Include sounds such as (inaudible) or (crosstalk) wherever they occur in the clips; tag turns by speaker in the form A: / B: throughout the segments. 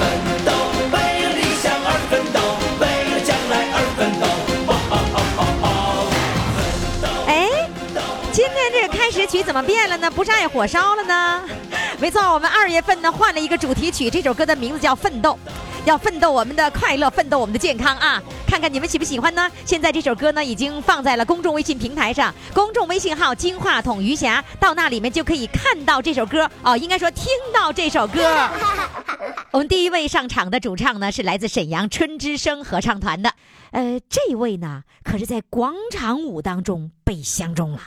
A: 奋斗，为了理想而奋斗，为了将来而奋斗。
B: 哎，今天这个开始曲怎么变了呢？不是爱火烧了呢？ (laughs) 没错，我们二月份呢换了一个主题曲，这首歌的名字叫《奋斗》，要奋斗我们的快乐，奋斗我们的健康啊！看看你们喜不喜欢呢？现在这首歌呢已经放在了公众微信平台上，公众微信号“金话筒余霞”，到那里面就可以看到这首歌哦，应该说听到这首歌。我们第一位上场的主唱呢，是来自沈阳春之声合唱团的。呃，这位呢，可是在广场舞当中被相中了。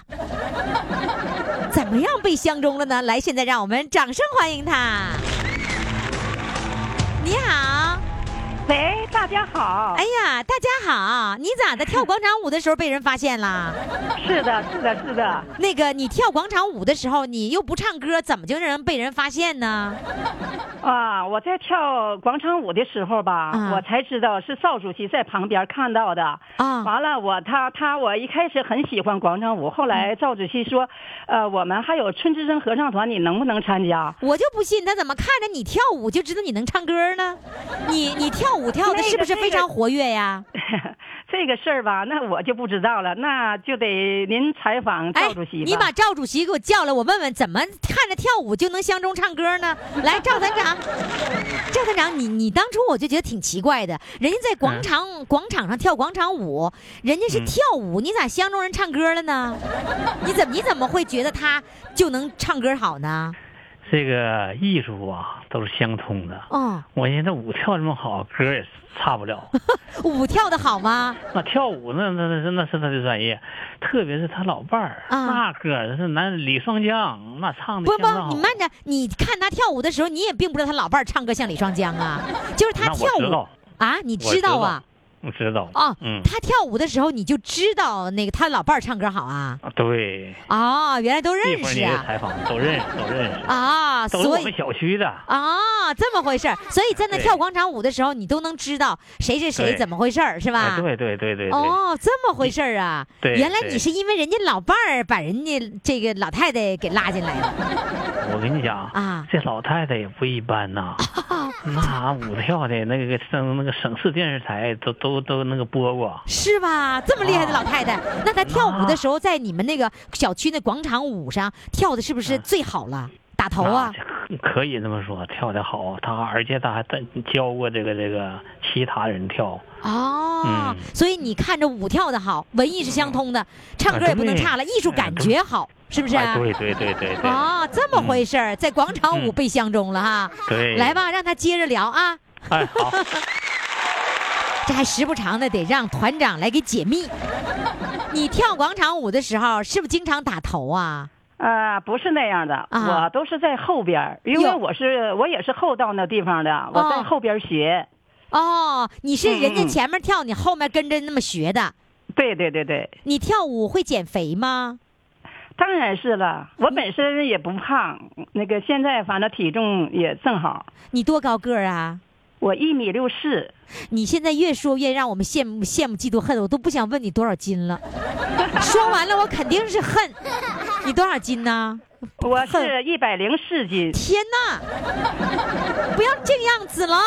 B: 怎么样被相中了呢？来，现在让我们掌声欢迎他。你好，
C: 喂，大家好。
B: 哎呀，大家好，你咋的？跳广场舞的时候被人发现了？
C: 是的，是的，是的，
B: 那个，你跳广场舞的时候，你又不唱歌，怎么就让人被人发现呢？
C: 啊，我在跳广场舞的时候吧，
B: 啊
C: 我才知道是邵主席在旁边看到的。
B: 啊
C: 完了，我他他我一开始很喜欢广场舞，后
B: 嗯
C: 来赵主席说，呃，我们还有春之声合唱团，你能不能参加？ (laughs)
B: 我就不信他怎么看着你跳舞就知道你能唱歌呢？你你跳舞跳的
C: 那个
B: 是不是非常活跃呀？
C: 这个事儿吧，那我就不知道了，那就得您采访
B: 哎
C: 赵主席吧。
B: 你把赵主席给我叫来，我问问怎么看着跳舞就能相中唱歌呢？来，赵团长，赵团长，你你当初我就觉得挺奇怪的，人家在广场、广场上跳广场舞，人家是跳舞，你咋相中人唱歌了呢？你怎么你怎么会觉得他就能唱歌好呢？
D: 这个艺术啊都是相通的。
B: 哦，
D: 我寻思舞跳这么好，歌也差不
B: (laughs)
D: 了。
B: 舞跳的好吗？
D: 那跳舞那那那是那是他的专业，特别是他老伴儿、
B: 啊
D: 那歌是男李双江那唱的相
B: 不不
D: 当，好。
B: 你慢着，你看他跳舞的时候，你也并不知道他老伴儿唱歌像李双江
D: (laughs)
B: 啊，就是他
D: 那我
B: 跳
D: 知
B: 舞
D: 道
B: 啊，你
D: 我
B: 知道啊？，
D: 我知道。
B: 哦，
D: 嗯，
B: 他跳舞的时候你就知道那个他老伴儿唱歌好啊？
D: 啊对，
B: 哦，原来都
D: 这
B: 认
D: 会儿
B: 识
D: 你的
B: 啊！
D: 采访都认识，都认识，(laughs)
B: 啊，
D: 都是我
B: 所
D: 们
B: 以
D: 小区的。
B: 啊，这么回事儿，所以在那
D: 对
B: 跳广场舞的时候，你都能知道谁是谁
D: 对
B: 怎么回事儿，是吧
D: 哎？对对对对对。
B: 哦，这么回事儿啊！
D: 对
B: 原来
D: 对
B: 你是因为人家老伴儿把人家这个老太太给拉进来了
D: 我跟你讲
B: 啊
D: 这老太太也不一般
B: (laughs)
D: 呐、那舞跳的那个上那个省市电视台都都都那个播过。
B: 是吧？这么厉害
D: 啊
B: 的老太太，那她跳舞的时候，在你们那个小区那广场舞上跳的是不是
D: 嗯
B: 最好了？打头啊，
D: 那可可以这么说，跳的好，她而且她还在教过这个这个其他人跳，
B: 哦
D: 嗯，
B: 所以你看着舞跳的好，文艺是相通的，唱歌也不能差了，艺术感觉好，是不啊是？
D: 哎，啊对对对对对，
B: 哦，这么回事儿，在广场舞被相中了哈。
D: 嗯对，
B: 来，吧，让他接着聊啊，
D: 哎好，
B: 这还时不常的得让团长来给解密。你跳广场舞的时候，是不是经常打头啊？
C: 呃，不是那样的，
B: 啊
C: 我都是在后边儿，因为
B: 哟
C: 我是我也是后到那地方的，我在
B: 哦
C: 后边儿学。
B: 哦，你是人家
C: 嗯嗯
B: 前面跳，你后面跟着那么学的。
C: 对对对对，
B: 你跳舞会减肥吗？
C: 当然是了，
B: 嗯
C: 我本身也不胖，那个现在反正体重也正好，
B: 你多高个儿啊？
C: 我一米六四，
B: 你现在越说越让我们羡慕、羡慕、嫉妒、恨，我都不想问你多少斤了。说完了，我肯定是恨。你多少斤呢？
C: 我
B: 哼
C: 是一百零四斤，
B: 天哪！不要这样子
C: (laughs)
B: 了，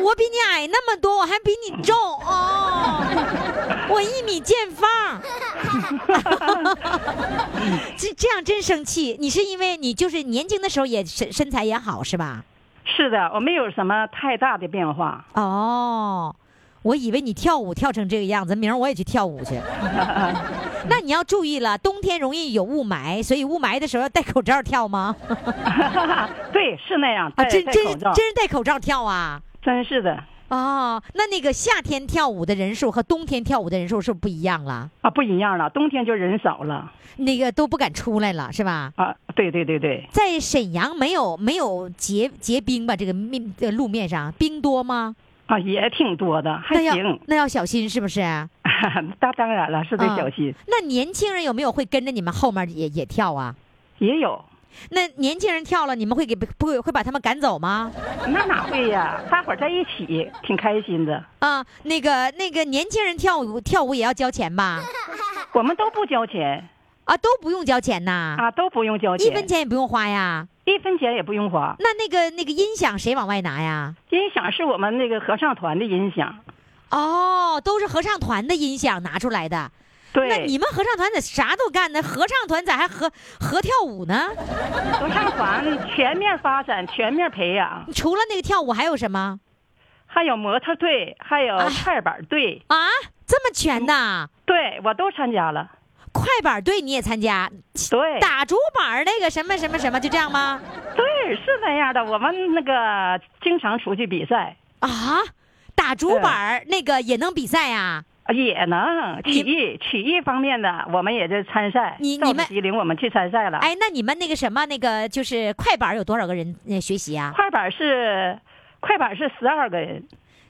B: 我比你矮那么多，我还比你重哦。我一米见
C: (laughs)
B: 方，这这样真生气。你是因为你就是年轻的时候也身身材也好是吧？
C: 是的，我没有什么太大的变化。 (laughs)
B: 哦，我以为你跳舞跳成这个样子，明儿我也去跳舞
C: (laughs)
B: 去。那你要注意了，冬天容易有雾霾，所以雾霾的时候要戴口罩跳吗？
C: 对，是那样，
B: 啊，
C: 戴
B: 真
C: 哎戴
B: 真
C: 口
B: 是
C: 罩，
B: 真是戴口罩跳啊！
C: 真是的
B: 哦，那那个夏天跳舞的人数和冬天跳舞的人数是不是不一样了？
C: 啊，不一样了，冬天就人少了
B: 那个都不敢出来了，是吧？
C: 啊。对对对对，
B: 在沈阳没有没有结结冰吧？这个面呃路面上冰多吗？
C: 啊，也挺多的，还
B: 那要
C: 行。 (laughs)
B: 那要小心是不是？
C: 当当然了，是得
B: 嗯
C: 小心，
B: 那年轻人有没有会跟着你们后面也也跳啊？
C: 也有。
B: 那年轻人跳了，你们会给不会会把他们赶走吗？
C: 那哪会呀？大伙儿在一起挺开心的，
B: 啊，那个那个年轻人跳舞跳舞也要交钱吧？
C: 我们都不交钱
B: 啊，都不用交钱呐，
C: 啊，都不用交
B: 一
C: 钱，
B: 分钱也不用花呀。
C: 一分钱也不用花。
B: 那那个那个音响谁往外拿呀？
C: 音响是我们那个合唱团的音响，
B: 哦，都是合唱团的音响拿出来的。那
C: 对，
B: 你们合唱团咋啥都干呢？合唱团咋还合合跳舞呢？
C: 合唱团全面发展、全面培养，
B: 除了那个跳舞还有什么
C: 还有模特队，还有
B: 哎
C: 快板队，
B: 啊？这么全呐？
C: 对我都参加了。
B: 快板队你也参加？
C: 对，
B: 打竹板儿那个什么什么什么，就这样吗？
C: 对，是那样的。我们那个经常出去比赛，
B: 啊，打竹
C: 对
B: 板儿那个也能比赛啊？
C: 啊也能曲艺，曲艺方面的我们也在参赛。
B: 你
C: 赵
B: 你们
C: 子吉领我们去参赛了。
B: 哎，那你们那个什么那个就是快板儿有多少个人呃学习啊？
C: 快板是快板是十二个人，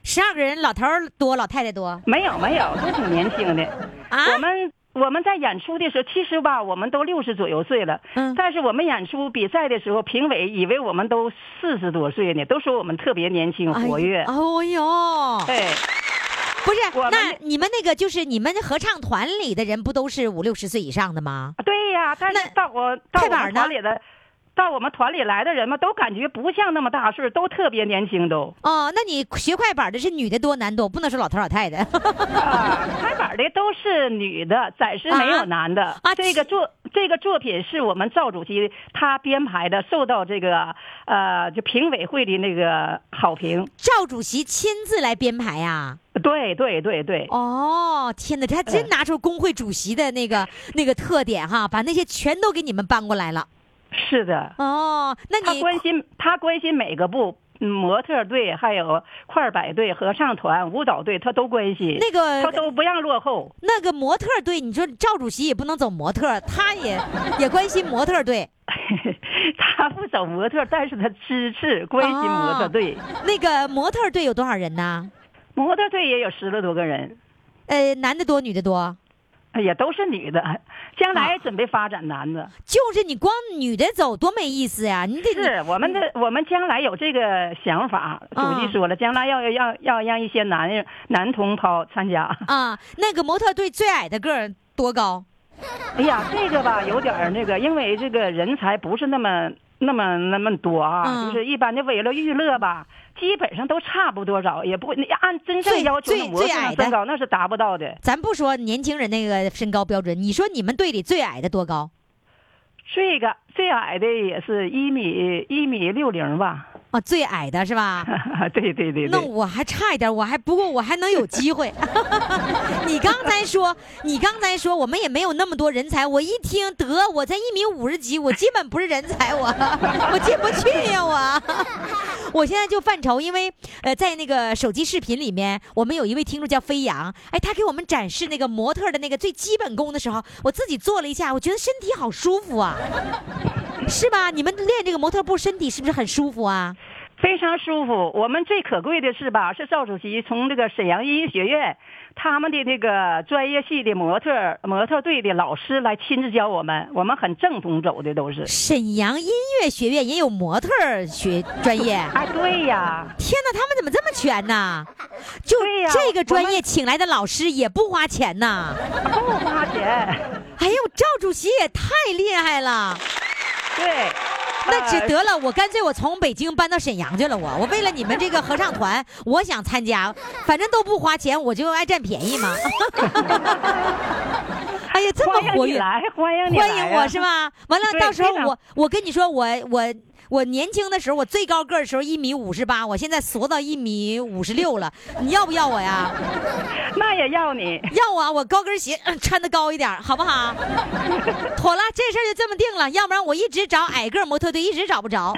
B: 十二个人，老头儿多，老太太多
C: 没有没有，都挺年轻的。
B: 啊？
C: 我们我们在演出的时候，其实吧，我们都六十左右岁了，
B: 嗯
C: 但是我们演出比赛的时候，评委以为我们都四十多岁呢，都说我们特别年轻活跃。
B: 哎哦哟，
C: 对，
B: 不是
C: 我，们
B: 那你们那个就是你们合唱团里的人不都是五六十岁以上的吗？
C: 对呀、但
B: 那
C: 是到我到
B: 快
C: 我
B: 板
C: 们
B: 呢
C: 团里的，到我们团里来的人们都感觉不像那么大岁，都特别年
B: (laughs)
C: 轻都。
B: 哦，那你学快板儿的是女的多男多，不能说老头儿老太 (laughs) 太。
C: 啊，拍板的都是女的，暂时没有男的。
B: 啊
C: 这个作这个作品是我们赵主席他编排的，受到这个呃就评委会的那个好评。
B: 赵主席亲自来编排呀、
C: 对对对对，
B: 哦，天哪，他真
C: 嗯
B: 拿出工会主席的那个、那个特点哈，把那些全都给你们搬过来了。
C: 是的，
B: 哦，那
C: 他
B: 你
C: 关心他关心每个部。嗯模特队、还有快板队、合唱团、舞蹈队，他都关心，
B: 那个
C: 他都不让落后。 (laughs)
B: 那个模特队，你说赵主席也不能走模特，他也也关心模特队。
C: 他不走模特，但是他支持关心模特队，
B: 那个模特队有多少人呢？
C: (laughs) 模特队也有十来多个人。
B: 呃，男的多，女的多。
C: 也都是女的，将
B: 啊
C: 来准备发展男
B: 嗯
C: 的。
B: 就是你光女的走多没意思呀！你得
C: 是我们的，我们将来有这个想法。主
B: 嗯
C: 席说了，将来要要要让一些男人男同胞参加。
B: 啊，那个模特队最矮的个儿多高？
C: 哎呀，这个吧有点儿那个，因为这个人才不是那么那么那么多啊，
B: 嗯
C: 就是一般的为了娱乐吧，基本上都差不多少，也不你按真
B: 最
C: 正要求
B: 最
C: 的模
B: 最
C: 特
B: 矮
C: 的
B: 的
C: 身高那是达不到的。
B: 咱不说年轻人那个身高标准，你说你们队里最矮的多高？
C: 这个最矮的也是一米一米六零吧， (laughs)
B: 啊，最矮的是吧？
C: 对对对
B: 那
C: 对，
B: 我还差一点，我还不过我还能有机会。 (laughs) 你刚才说，你刚才说我们也没有那么多人才，我一听得我才一米五十几，我基本不是人才，我 (laughs) 我进不去呀、 (laughs) 我。我现在就犯愁，因为呃，在那个手机视频里面，我们有一位听众叫飞扬，哎，他给我们展示那个模特的那个最基本功的时候，我自己做了一下，我觉得身体好舒服啊，是吧？你们练这个模特步，身体是不是很舒服啊？
C: 非常舒服。我们最可贵的是吧，是赵主席从这个沈阳音乐学院他们的那个专业系的模特儿模特队的老师来亲自教我们，我们很正统走的都是。
B: 沈阳音乐学院也有模特儿学专
C: (laughs)
B: 业。
C: 哎，对呀，
B: 天哪，他们怎么这么全呢？就
C: 对呀
B: 这个专
C: 我
B: 业请来的老师也不花钱呐。
C: 不
B: (laughs)
C: 花钱，
B: 哎呦，赵主席也太厉害了，
C: 对。
B: 那只
C: 呃
B: 得了，我干脆我从北京搬到沈阳去了。我我为了你们这个合唱团，我想参加，反正都不花钱，我就爱占便宜
C: (laughs)
B: 嘛。哎呀，这
C: 欢
B: 么活
C: 迎你
B: 跃，
C: 来，欢迎你来
B: 欢
C: 啊，
B: 迎我是吧？完了，
C: 对
B: 到时候
C: 非常
B: 我我跟你说，我我我年轻的时候，我最高个儿的时候一米五十八，我现在缩到一米五十六了，你要不要我呀？
C: (laughs) 那也要你。
B: 要啊，我高跟鞋、呃穿的高一点儿，好不好？妥了，这事儿就这么定了，要不然我一直找矮个儿模特队，一直找不着。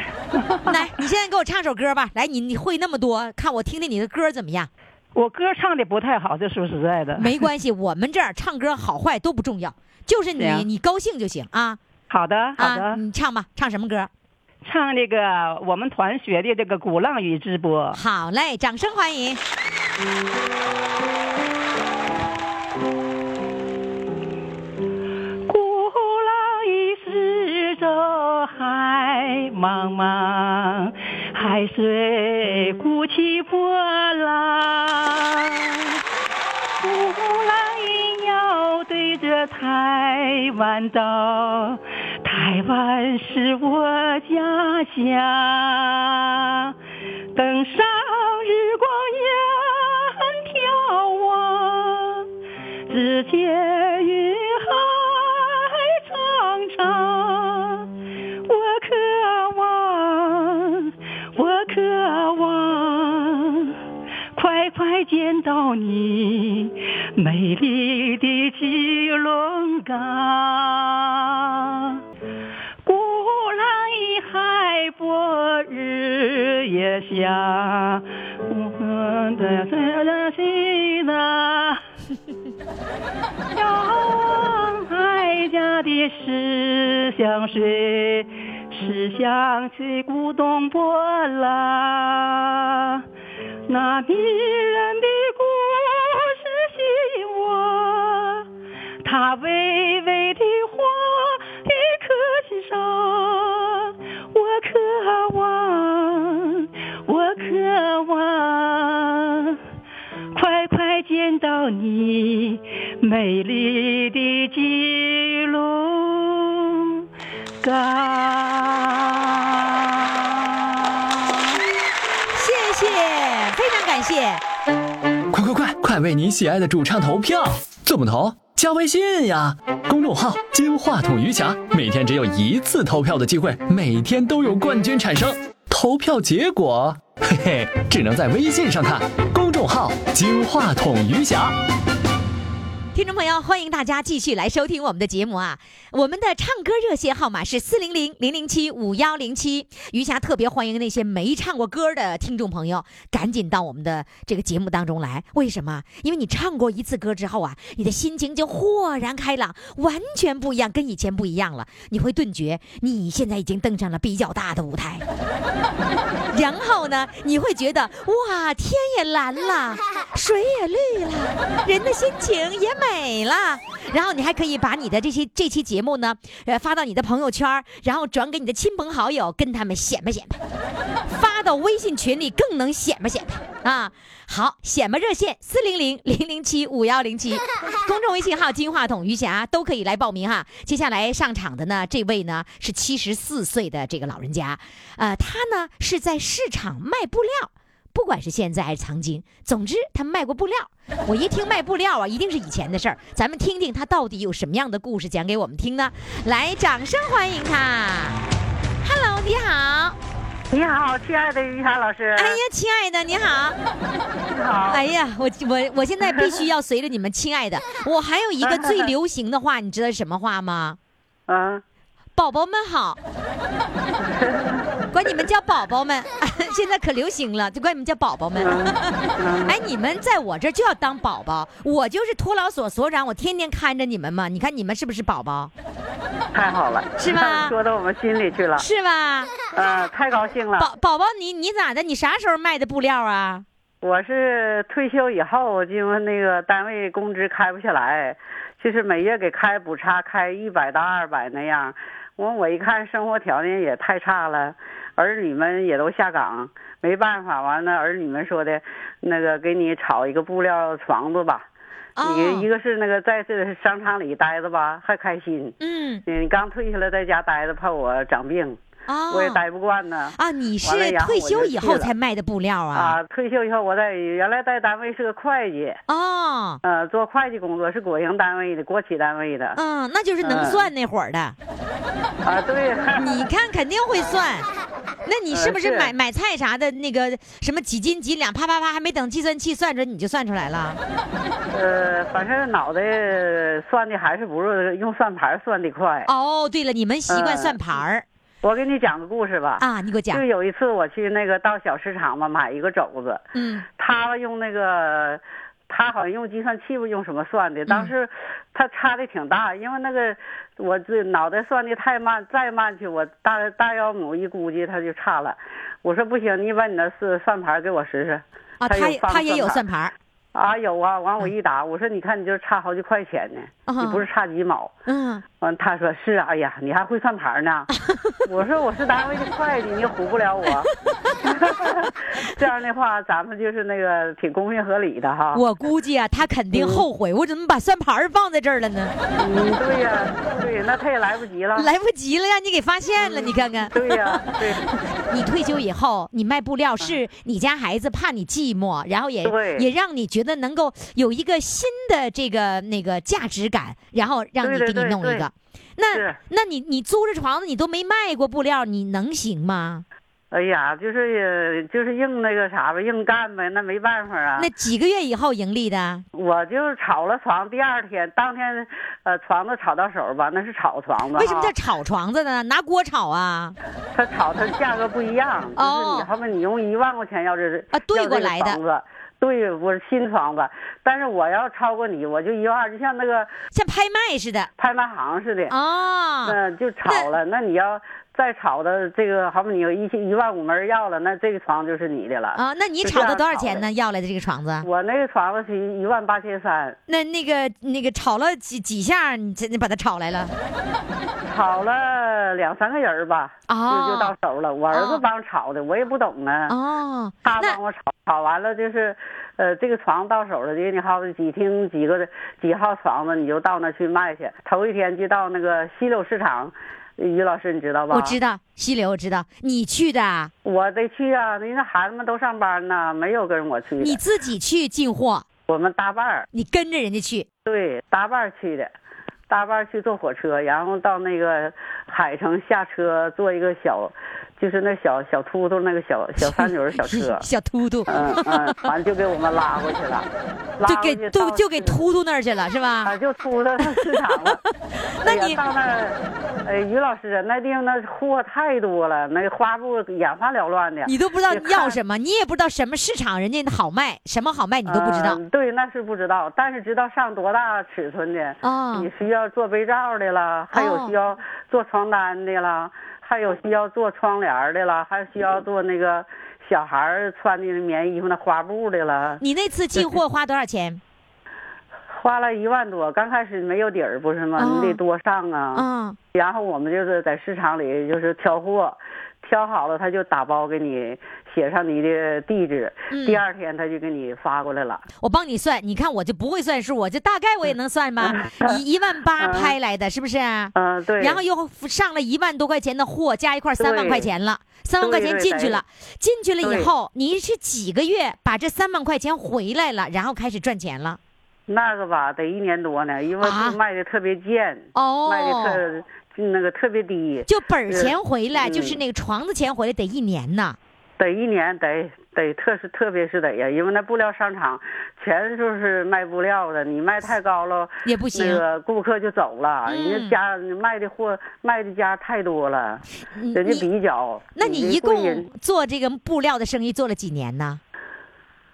B: 来，你现在给我唱首歌吧，来，你你会那么多，看我听听你的歌怎么样？
C: 我歌唱的不太好，这说实在的。
B: 没关系，我们这儿唱歌好坏都不重要，就是你
C: 行
B: 你高兴就行啊嗯
C: 好的，好的，
B: 啊！你唱吧，唱什么歌？
E: 唱这个我们团学的这个《鼓浪屿之波》。
B: 好嘞，掌声欢迎。
E: 鼓浪屿是舟海茫茫，海水鼓起波浪。鼓浪屿要对着台湾岛，台湾是我家乡。登上日光岩眺望，啊只见云海苍苍。我渴望，我渴望，快快见到你美丽的基隆港。鼓浪屿海波日夜下，我们的在那西南， (laughs) 遥望海家的石像水，石像水鼓动波浪，那迷人的故事吸引我。它微微的花一颗心上，我渴望，我渴望，快快见到你美丽的基隆港。
B: 谢谢，非常感谢。
F: 快快快，快为你喜爱的主唱投票！怎么投？加微信呀，公众号“金话筒余霞”，每天只有一次投票的机会，每天都有冠军产生。投票结果，嘿嘿，只能在微信上看。公众号“金话筒余霞”。
B: 听众朋友，欢迎大家继续来收听我们的节目啊！我们的唱歌热线号码是四零零零零七五幺零七。余霞特别欢迎那些没唱过歌的听众朋友，赶紧到我们的这个节目当中来。为什么？因为你唱过一次歌之后啊，你的心情就豁然开朗，完全不一样，跟以前不一样了。你会顿觉你现在已经登上了比较大的舞台。 (laughs) 然后呢，你会觉得哇，天也蓝了，水也绿了，人的心情也美了。然后你还可以把你的这些这期节目呢，呃，发到你的朋友圈儿，然后转给你的亲朋好友，跟他们显摆显摆。发到微信群里更能显摆显摆啊！好，显摆热线四零零零零七五幺零七，公众微信号“金话筒余霞”都可以来报名哈。接下来上场的呢，这位呢是七十四岁的这个老人家，呃，他呢是在市场卖布料。不管是现在还是曾经，总之他卖过布料。我一听卖布料啊，一定是以前的事儿。咱们听听他到底有什么样的故事讲给我们听呢？来，掌声欢迎他。Hello，你好。
G: 你好，亲爱的于霞老师。
B: 哎呀，亲爱的，你好！
G: 你好。
B: 哎呀，我我我现在必须要随着你们，亲爱的。我还有一个最流行的话，你知道是什么话吗？
G: 嗯，
B: 宝宝们
G: (laughs)
B: 好，管你们叫宝
G: (laughs)
B: 宝们，现在可流行了，就管你们叫宝宝们。
G: 嗯
B: 哎，你们在我这儿就要当宝宝，我就是托老所所长，我天天看着你们嘛。你看你们是不是宝宝？
G: 太好了。
B: 是吧
G: 说到我们心里去了。
B: 是吧？
G: 嗯，太高兴了。
B: 宝宝宝，你你咋的？你啥时候卖的布料啊？
G: 我是退休以后，因为那个单位工资开不下来，就是每月给开补差，开一百到二百那样。我我一看生活条件也太差了，儿女们也都下岗，没办法。完了，儿女们说的，那个给你炒一个布料床子吧。你一
B: 哦，
G: 个是那个在这个商场里待着吧，还开心。
B: 嗯，
G: 嗯，刚退下来，在家待着，怕我长病，
B: 哦，
G: 我也待不惯呢。
B: 啊，你是
G: 完了然后
B: 退
G: 我
B: 休
G: 就
B: 以
G: 去
B: 后
G: 了
B: 才卖的布料啊？
G: 啊，退休以后，我在原来在单位是个会计，
B: 哦，
G: 呃，做会计工作是国营单位的、国企单位
B: (laughs)
G: 的。
B: 嗯，那就是能
G: 嗯
B: 算那会儿的，
G: 啊，对，
B: 你看肯定会
G: (laughs)
B: 算。那你是
G: 呃
B: 不是
G: 是
B: 买买菜啥的，那个什么几斤几两，啪啪啪，还没等计算器算准，你就算出来
G: 嗯
B: 了？
G: 呃，反正脑袋算的还是不是用算盘算的快。
B: 哦，对了，你们习惯
G: 呃
B: 算盘儿
G: 我给你讲个故事吧。
B: 啊？你给我讲
G: 就，有一次我去那个到小市场嘛，买一个肘子，
B: 嗯
G: 他用那个他好像用计算器不用什么算的，
B: 嗯
G: 当时他差的挺大，因为那个我这脑袋算的太慢，再慢去我大大腰母一估计他就差了。我说不行，你把你那是算盘给我试试。
B: 啊，
G: 他
B: 他
G: 有
B: 也
G: 放
B: 他也有
G: 算
B: 算盘儿，
G: 啊，有啊，完我一打，我说你看你就差好几块钱呢，
B: 嗯啊
G: 你不是差几毛？
B: 嗯，
G: 完他说是啊，哎呀，你还会算盘
B: (laughs)
G: 呢？我说我是单位的会计，你也唬不了我。 (laughs) 这样的话，咱们就是那个挺公平合理的哈。
B: 我估计啊，他肯定后悔，我怎么把算盘儿放在这儿了呢？
G: 嗯，对呀、对，那他也来不及 (laughs) 了。
B: 来不及了，让你给发现了，你看看。
G: 嗯对呀、对，
B: (laughs) 你退休以后，你卖布料是你家孩子怕你寂寞，然后也
G: 对
B: 也让你觉得能够有一个新的这个那个价值感，然后让你
G: 对
B: 给
G: 对
B: 你
G: 对
B: 弄一
G: 对
B: 个。
G: 是
B: 那那你你租着房子你都没卖过布料，你能行吗？
G: 哎呀，就是就是硬那个啥吧，硬干呗，那没办法啊。
B: 那几个月以后盈利的，
G: 我就是炒了床，第二天当天，呃，床子炒到手吧，那是炒床子哈。
B: 为什么叫炒床子呢？拿锅炒啊？
G: 它炒它价格不一样，就是
B: 哦
G: 你后面你用一万块钱要这
B: 啊兑
G: 要这
B: 过
G: 个
B: 来的
G: 房子，对，我是新床子，但是我要超过你，我就一万二，就像那个
B: 像拍卖似的
G: 拍卖行似的，
B: 啊？
G: 嗯、就炒了。那你要再炒的这个，好比你有一千一万五没人要了，那这个床就是你的了。
B: 啊，那你
G: 是
B: 炒
G: 这
B: 的
G: 样
B: 多少
G: 炒
B: 钱
G: 的
B: 呢？要来的这个床子？
G: 我那个床子是一万八千三，
B: 那那个那个炒了几几下，你才你把它炒来了？
G: 炒了两三个人儿吧，
B: 哦
G: 就就到手了。我儿子
B: 哦
G: 帮炒的，我也不懂啊。
B: 哦，
G: 他
B: 那
G: 帮我炒，炒完了就是，呃，这个床到手了，就你好比几厅几个几号床子，你就到那去卖去。头一天就到那个西柳市场，于老师你知道吧？
B: 我知道溪流，我知道你去的啊，
G: 我得去啊，人家孩子们都上班呢，没有跟我去
B: 你
G: 的。
B: 自己去进货，
G: 我们搭伴儿，
B: 你跟着人家去。
G: 对，搭伴儿去的，搭伴儿去坐火车，然后到那个海城下车坐一个小，就是那小小突突那个小小三轮儿小
B: (laughs)
G: 车。
B: 小突突，
G: 嗯
B: (laughs)
G: 嗯，完就给我们拉过去了，拉
B: 就
G: 过去到
B: 给就就给
G: 市
B: 突突那儿去了，是吧
G: 啊，？就出到市场了。
B: (laughs) 那
G: 哎呀
B: 你
G: 到那儿，呃，于老师那地方那货太多了，那花布眼花缭乱的。
B: 你都不知道
G: 就看
B: 要什么，你也不知道什么市场人家好卖，什么好卖你都不知道
G: 嗯。对，那是不知道，但是知道上多大尺寸的。
B: 啊
G: 你需要做被罩的了，还
B: 嗯
G: 有需要做床单的了，还有需要做窗帘的了，还需要做那个小孩儿穿的棉衣服那花布的了，
B: 你那次进货花多少钱？
G: 花了一万多。刚开始没有底儿，不是吗？你
B: 哦
G: 得多上啊。
B: 啊，
G: 然后我们就是在市场里就是挑货，挑好了他就打包给你写上你的地址，
B: 嗯
G: 第二天他就给你发过来了。
B: 我帮你算，你看我就不会算数，我就大概我也能算吧，一一万八拍来的，是不是啊？
G: 嗯、对。
B: 然后又上了一万多块钱的货，加一块三万
G: 对
B: 块钱了，三万块钱
G: 对
B: 进去了，进去了以
G: 对
B: 后，你是几个月把这三万块钱回来了，然后开始赚钱了？
G: 那个吧，得一年多呢，因为
B: 啊
G: 卖的特别贱，卖的
B: 哦，
G: 特那个特别低，
B: 就本儿钱回来，
G: 嗯
B: 就是那个床子钱回来得一年呢。
G: 得一年得得特是特别是得呀，因为那布料商场全就是卖布料的，你卖太高了
B: 也不行
G: 那个顾客就走了，人
B: 嗯
G: 家家卖的货卖的家太多了，
B: 你
G: 人家
B: 你，
G: 比较。
B: 那你一
G: 这贵人
B: 共做这个布料的生意做了几年呢？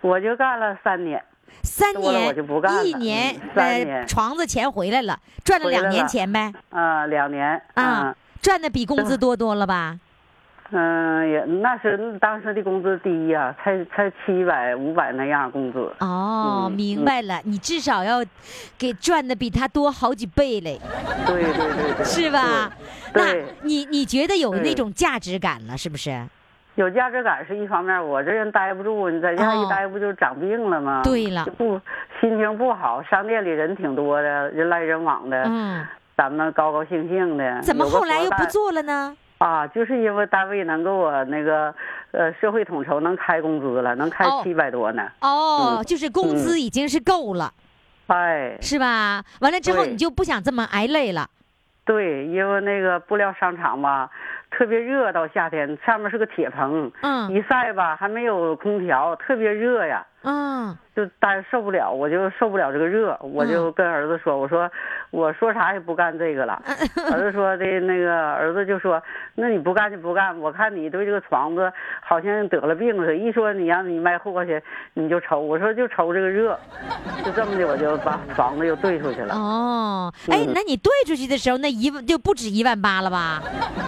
G: 我就干了三年，
B: 三
G: 多了
B: 年
G: 我就不干，了
B: 一年
G: 嗯，三
B: 呃，
G: 年
B: 床子钱回来了，赚了
G: 回来
B: 两年
G: 了
B: 钱呗，
G: 啊、两年，
B: 啊，赚的比工资多多了吧？
G: 嗯，嗯，也那是当时的工资低呀、才才七百五百那样工资。
B: 哦，
G: 嗯
B: 明
G: 嗯
B: 白了，你至少要给赚的比他多好几倍嘞，
G: 对对对对，
B: 是吧？
G: 对
B: 那
G: 对
B: 你你觉得有那
G: 对啊
B: 种价值感了，是不是？
G: 有价值感是一方面，我这人待不住，你在家
B: 哦
G: 一待不就长病了吗？
B: 对了
G: 就不心情不好，商店里人挺多的，人来人往的，
B: 嗯，
G: 咱们高高兴兴的。
B: 怎么
G: 有个
B: 后来
G: 活
B: 又不
G: 干
B: 做了呢？
G: 啊？就是因为单位能给我那个，呃，社会统筹能开工资了，能开
B: 哦
G: 七百多呢。
B: 哦，
G: 嗯
B: 就是工资已经是够了，
G: 哎，
B: 是吧？完了之后
G: 对
B: 你就不想这么挨累了。
G: 对，因为那个布料商场吧，特别热，到夏天上面是个铁棚，
B: 嗯
G: 一晒吧还没有空调，特别热呀。
B: 嗯，
G: 就待受不了，我就受不了这个热，我就跟儿子说，我说我说啥也不干这个了。儿子说的那个儿子就说，那你不干就不干，我看你对这个床子好像得了病似的，一说你让你卖货去，你就愁。我说就愁这个热，就这么的我就把床子又兑出去了。
B: 哦，哎，那你兑出去的时候，那一万就不止一万八了吧？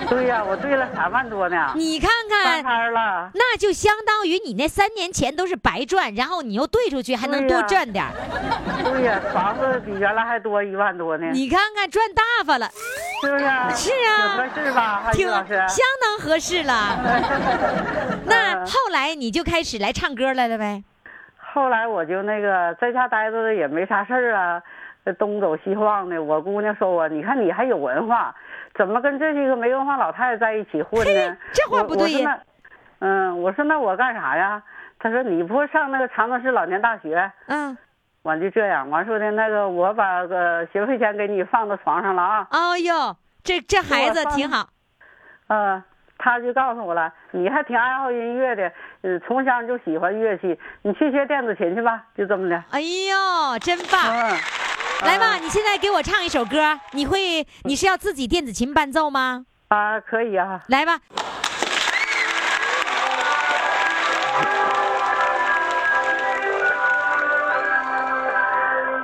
G: 对呀、我兑了三万多
B: (laughs)
G: 呢，
B: 你看
G: 翻
B: 看，
G: 摊儿了。
B: 那就相当于你那三年前都是白赚，然后你又兑出去，还能
G: 对
B: 多
G: 呀
B: 赚点儿。
G: 对呀、房子比原来还多一万多呢，
B: 你看看，赚大发了，
G: 是不是？
B: 是
G: 挺
B: 啊
G: 合适吧，哈
B: 挺
G: 老师？嗯
B: 相当合适了。那后来你就开始来唱歌来了呗？？
G: (laughs) 后来我就那个在家待着也没啥事儿啊，呃东走西晃的。我姑娘说我，你看你还有文化，怎么跟这些个没文化老太太在一起混呢
B: 这话
G: 我
B: 不对呀
G: 我说那嗯，我说那我干啥呀？她说你不上那个长春市老年大学？
B: 嗯，
G: 完就这样，完说的那个我把个学费钱给你放到床上了啊。
B: 哎呦，这这孩子挺好。
G: 嗯，他就告诉我了，你还挺爱好音乐的，嗯，从小就喜欢乐器，你去学电子琴去吧，就这么的。
B: 哎呦，真棒！
G: 嗯，
B: 来吧，你现在给我唱一首歌，你会你是要自己电子琴伴奏吗？
G: 啊，可以啊。
B: 来吧，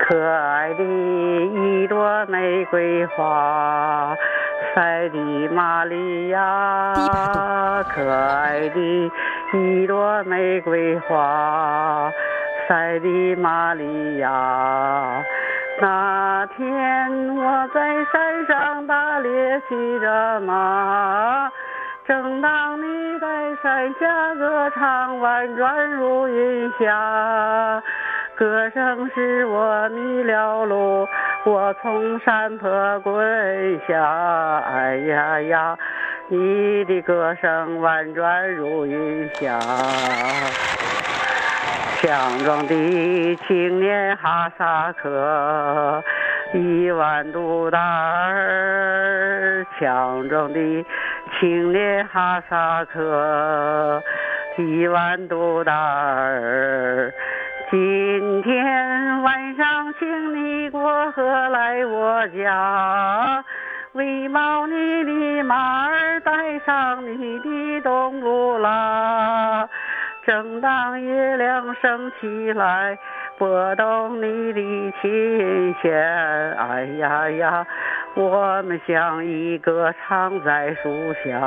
G: 可爱的一朵玫瑰花，塞的玛利
B: 第一把
G: 亚，可爱的一朵玫瑰花，塞的玛利亚。那天我在山上打猎骑着马，正当你在山下歌唱，婉转如云霞。歌声使我迷了路，我从山坡滚下，哎呀呀，你的歌声婉转如云霞。强壮的青年哈萨克，一万度达尔；强壮的青年哈萨克，一万度达尔。今天晚上，请你过河来我家。为毛你的马儿带上你的冬不拉，正当月亮升起来，拨动你的琴弦，哎呀呀，我们像一个唱在树下。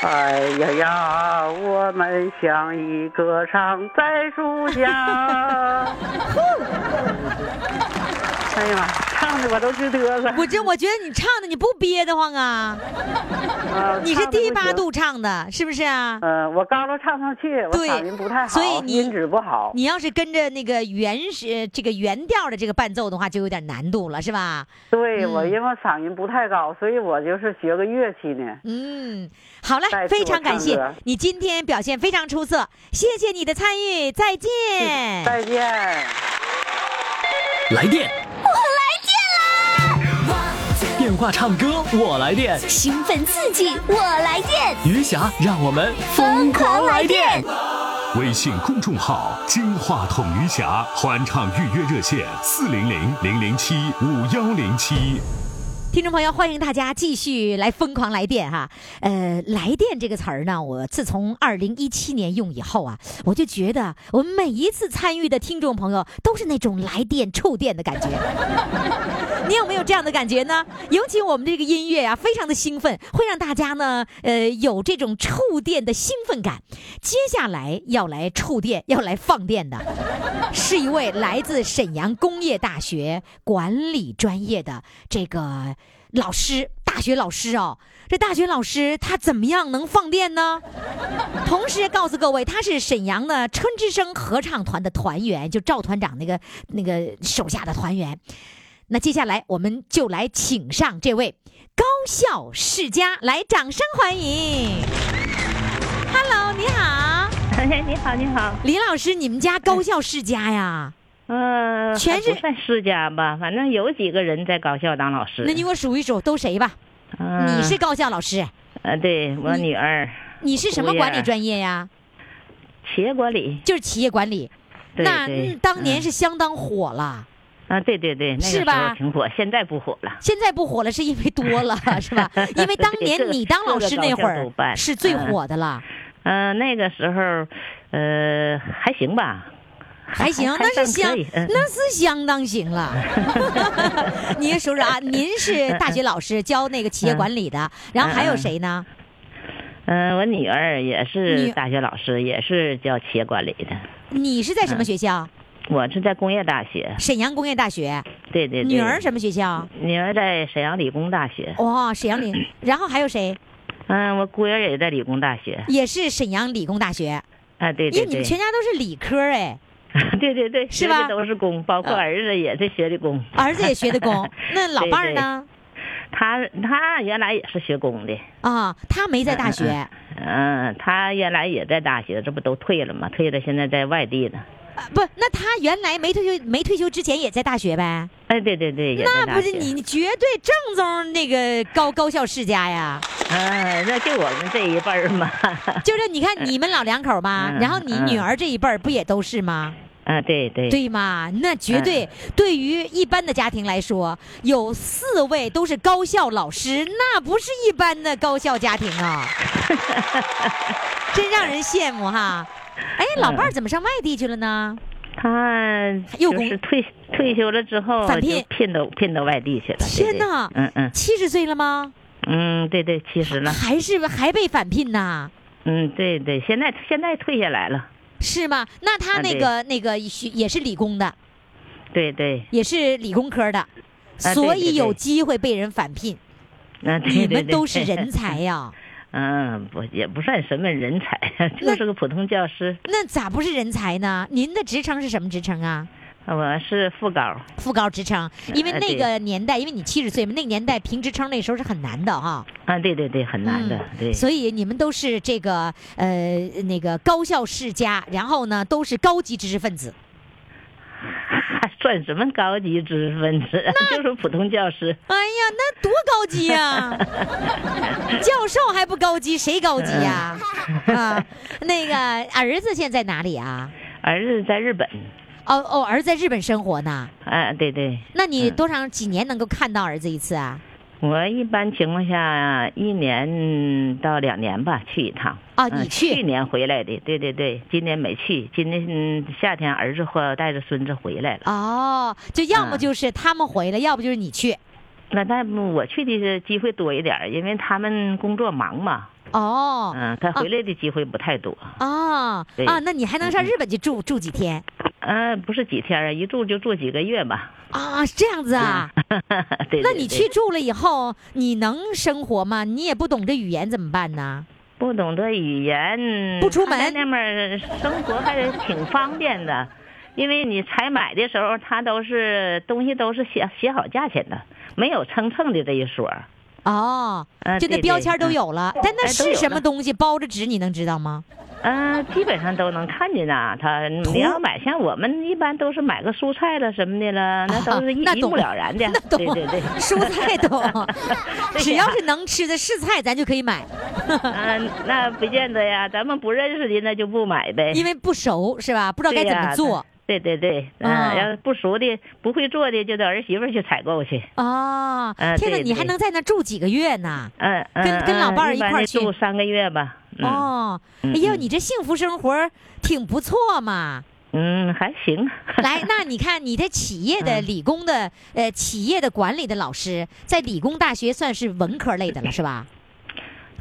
G: 哎呀呀，我们像一个唱在树下。哎呀妈，唱的我都直嘚瑟。
B: 我这我觉得你唱的你不憋得慌啊，
G: 啊
B: 你是低八。
G: 唱得不行
B: 度唱的，是不是啊？
G: 嗯、我高了唱不上去，我
B: 对
G: 嗓音不太好，
B: 所以你
G: 音质不好。
B: 你要是跟着那个原始这个原调的这个伴奏的话，就有点难度了，是吧？
G: 对、
B: 嗯
G: 我因为嗓音不太高，所以我就是学个乐器呢。
B: 嗯，好嘞
G: 再，次
B: 非常感
G: 我
B: 谢
G: 唱歌啊
B: 你今天表现非常出色，谢谢你的参与，再见。
G: 嗯再见。
F: 来电，我来电啦！电话唱歌，我来电。
H: 兴奋刺激，我来电，
F: 余霞，让我们
H: 疯狂来电！
I: 微信公众号“金话筒余霞”欢唱预约热线：四零零零零七五幺零七。
B: 听众朋友，欢迎大家继续来疯狂来电哈、呃，来电这个词儿呢，我自从二零一七年用以后啊，我就觉得我们每一次参与的听众朋友都是那种来电触电的感觉。你有没有这样的感觉呢？尤其我们这个音乐啊，非常的兴奋，会让大家呢，呃，有这种触电的兴奋感。接下来要来触电，要来放电的，是一位来自沈阳工业大学管理专业的这个老师，大学老师哦。这大学老师他怎么样能放电呢？同时告诉各位，他是沈阳的春之声合唱团的团员，就赵团长那个那个手下的团员。那接下来我们就来请上这位高校世家，来掌声欢迎。Hello，你好，
J: (laughs)
E: 哎，你好，你好，
B: 李老师，你们家高校世家呀？
J: 呃
E: 嗯、
B: 全
E: 还
B: 是
E: 不算世家吧，反正有几个人在高校当老师。
B: 那你给我数一数，都谁吧？
E: 嗯
J: 呃
B: 你是高校老师，
E: 呃，对我
B: 你
E: 女儿
B: 你是什么
E: 姑爷
B: 管理专业呀？
J: 企业管理，
B: 就是企业管理。
J: 对
B: 那
J: 对
B: 嗯当年
J: 嗯
B: 是相当火了，
J: 啊，对对对，那个
B: 是
J: 时
B: 吧
J: 候挺火，现在不火了。
B: 现在不火了是因为多
J: (laughs)
B: 了，是吧？因为当
J: 对
B: 年
J: 各
B: 你当老师那
J: 各
B: 会
J: 个高校都
B: 儿
J: 办
B: 是最火的了，
J: 呃，那个时候，呃，还行吧，
B: 还行，
J: 还
B: 那
J: 算
B: 是相
J: 可以，嗯
B: 那是相当行了。
J: (laughs)
B: 您数数啊，您是大学老师，教那个企业管理的，然后还有谁呢？
J: 嗯、我女儿也
B: 女
J: 是大学老师，也是教企业管理的。
B: 你是在
J: 嗯
B: 什么学校？
J: 我是在工业大学，
B: 沈阳工业大学。
J: 对对对。嗯
B: 女儿？哦什么学校？
J: 女儿在沈阳理工大学。
B: 哇，
J: (laughs)
B: 沈阳理。然后还有谁？
J: 嗯、我姑爷也在理工大学。
B: (laughs) 也是沈阳理工大学。
J: 啊，对
B: 因
J: 对
B: 为你
J: 对
B: 们。全家都是理
J: (laughs)
B: 科哎，
J: 对对对，
B: 是
J: 学
B: 吧
J: 的都是工，包括
B: 嗯
J: 儿子也是学的工。
B: (laughs) 儿子也学的
J: (laughs)
B: 工。那老伴儿呢？
J: 他他原来也是学工的，
B: 啊，他没在大学。
J: 嗯，他原来也在大学，这不都退了吗？退了，现在在外地呢。
B: 啊不，那他原来没退休，没退休之前也在大学呗？
J: 哎，对对对，也在
B: 那
J: 大
B: 不是
J: 学
B: 你，你绝对正宗那个高高校世家呀！
J: 啊，那就我们这一辈儿嘛。 (laughs)
B: 就是你看你们老两口嘛，
J: 嗯
B: 然后你
J: 嗯
B: 女儿这一辈儿不也都是吗？
J: 啊，对对
B: 对吗？那绝
J: 哎
B: 对对于一般的家庭来说，有四位都是高校老师，那不是一般的高校家庭啊，
J: (laughs)
B: 真让人羡慕哈。哎，
J: 嗯
B: 老伴儿怎么上外地去了呢？
J: 他
B: 又
J: 就
B: 工
J: 是退退休了之后
B: 返
J: 就
B: 聘
J: 聘到聘到外地去了。对
B: 天
J: 对
B: 哪
J: 嗯嗯
B: 七十岁了吗？
J: 嗯，对对，其实呢，
B: 还是还被返聘呐？
J: 嗯，对对，现在现在退下来了，
B: 是吗？那他
J: 啊
B: 那
J: 对
B: 个、那个学也是理工的，
J: 对对，
B: 也是理工科的，
J: 啊对
B: 所
J: 对
B: 以
J: 对
B: 有机会被人返聘。
J: 嗯，对 (laughs)
B: 你
J: 对
B: 们
J: 对
B: 都
J: (laughs)
B: 是人才。呀，
J: 嗯，不也不算什么人
B: (laughs)
J: 才， (laughs) 就是个普通教师。
B: 那咋不是人才呢？您的职称是什么职称啊？
J: 我是副高，
B: 副高职称，因为
J: 呃
B: 那
J: 对
B: 个年代，因为你七十岁嘛，那个年代评职称那时候是很难的哈，嗯
J: 啊，对对对，很难的，对。
B: 所以你们都是这个呃那个高校世家，然后呢都是高级知识分子，
J: 还 (laughs) 算什么高级知识分
B: (laughs)
J: 子？ (laughs) 就是普通教师。
B: 哎呀，那多高级呀、 (laughs) 教授还不高级，谁高级 (laughs) 呀、啊？那个儿子现在哪里啊？
J: 儿子在日本，
B: 哦哦，儿子在日本生活呢。
J: 啊，对对，
B: 那你多长几年能够看到儿子一次啊？
J: 我一般情况下一年到两年吧去一趟。
B: 啊
J: 嗯
B: 你去
J: 去年回来的，对对对，今年没去，今年嗯夏天儿子或带着孙子回来了。
B: 哦，就要么
J: 嗯
B: 就是他们回来，要不就是你去。
J: 那但我去的机会多一点儿，因为他们工作忙嘛，
B: 哦，
J: 嗯，他回来的机会不太多，
B: 啊
J: 嗯对
B: 啊，那你还能上日本去住住几天
J: 嗯、不是几天啊，一住就住几个月吧。
B: 啊？是这样子啊？
J: (laughs) 对对对
B: 那你去住了以后，你能生活吗？你也不懂这语言怎么办呢？
J: 不懂得语言，
B: 不出
J: 他在
B: 门
J: 那边儿生活还是挺方便的。因为你采买的时候，他都是东西都是写写好价钱的，没有称秤的这一说。
B: 哦
J: 啊，
B: 就那
J: 对对
B: 标签都
J: 嗯
B: 有了，但那
J: 哎都
B: 是
J: 有
B: 什么
J: 了
B: 东西包着纸，你能知道吗？
J: 嗯、基本上都能看见呐。他你要买，像我们一般都是买个蔬菜了什么的了，那都是一、
B: 啊那
J: 一
B: 懂
J: 目了然的。
B: (laughs) 那懂，
J: 对对 (laughs) 对，，
B: 蔬菜懂
J: 对
B: 只
J: 呀
B: 要是能吃的是菜，咱就可以买，
J: 嗯、那不见得呀，咱们不认识的那就不买呗。
B: 因为不熟是吧？不知道
J: 对
B: 该怎
J: 呀
B: 么做。
J: 对对对，嗯、
B: 啊
J: 要是不熟的、不会做的，就得儿媳妇儿去采购去。
B: 哦
J: 啊，
B: 天哪，
J: 对
B: 你还
J: 对
B: 能在那住几个月呢？
J: 嗯，嗯
B: 跟跟老伴儿
J: 嗯
B: 一
J: 般
B: 块儿
J: 得
B: 去
J: 住三个月吧。嗯、，
B: 哦，哎
J: 嗯
B: 呦，
J: 嗯
B: 你这幸福生活儿挺不
J: (laughs)
B: 错嘛。
J: 嗯，还行。
B: 来，那你看你这企业
J: 嗯
B: 的理工的呃企业的管理的老师，在理工大学算是文科类的了，是吧？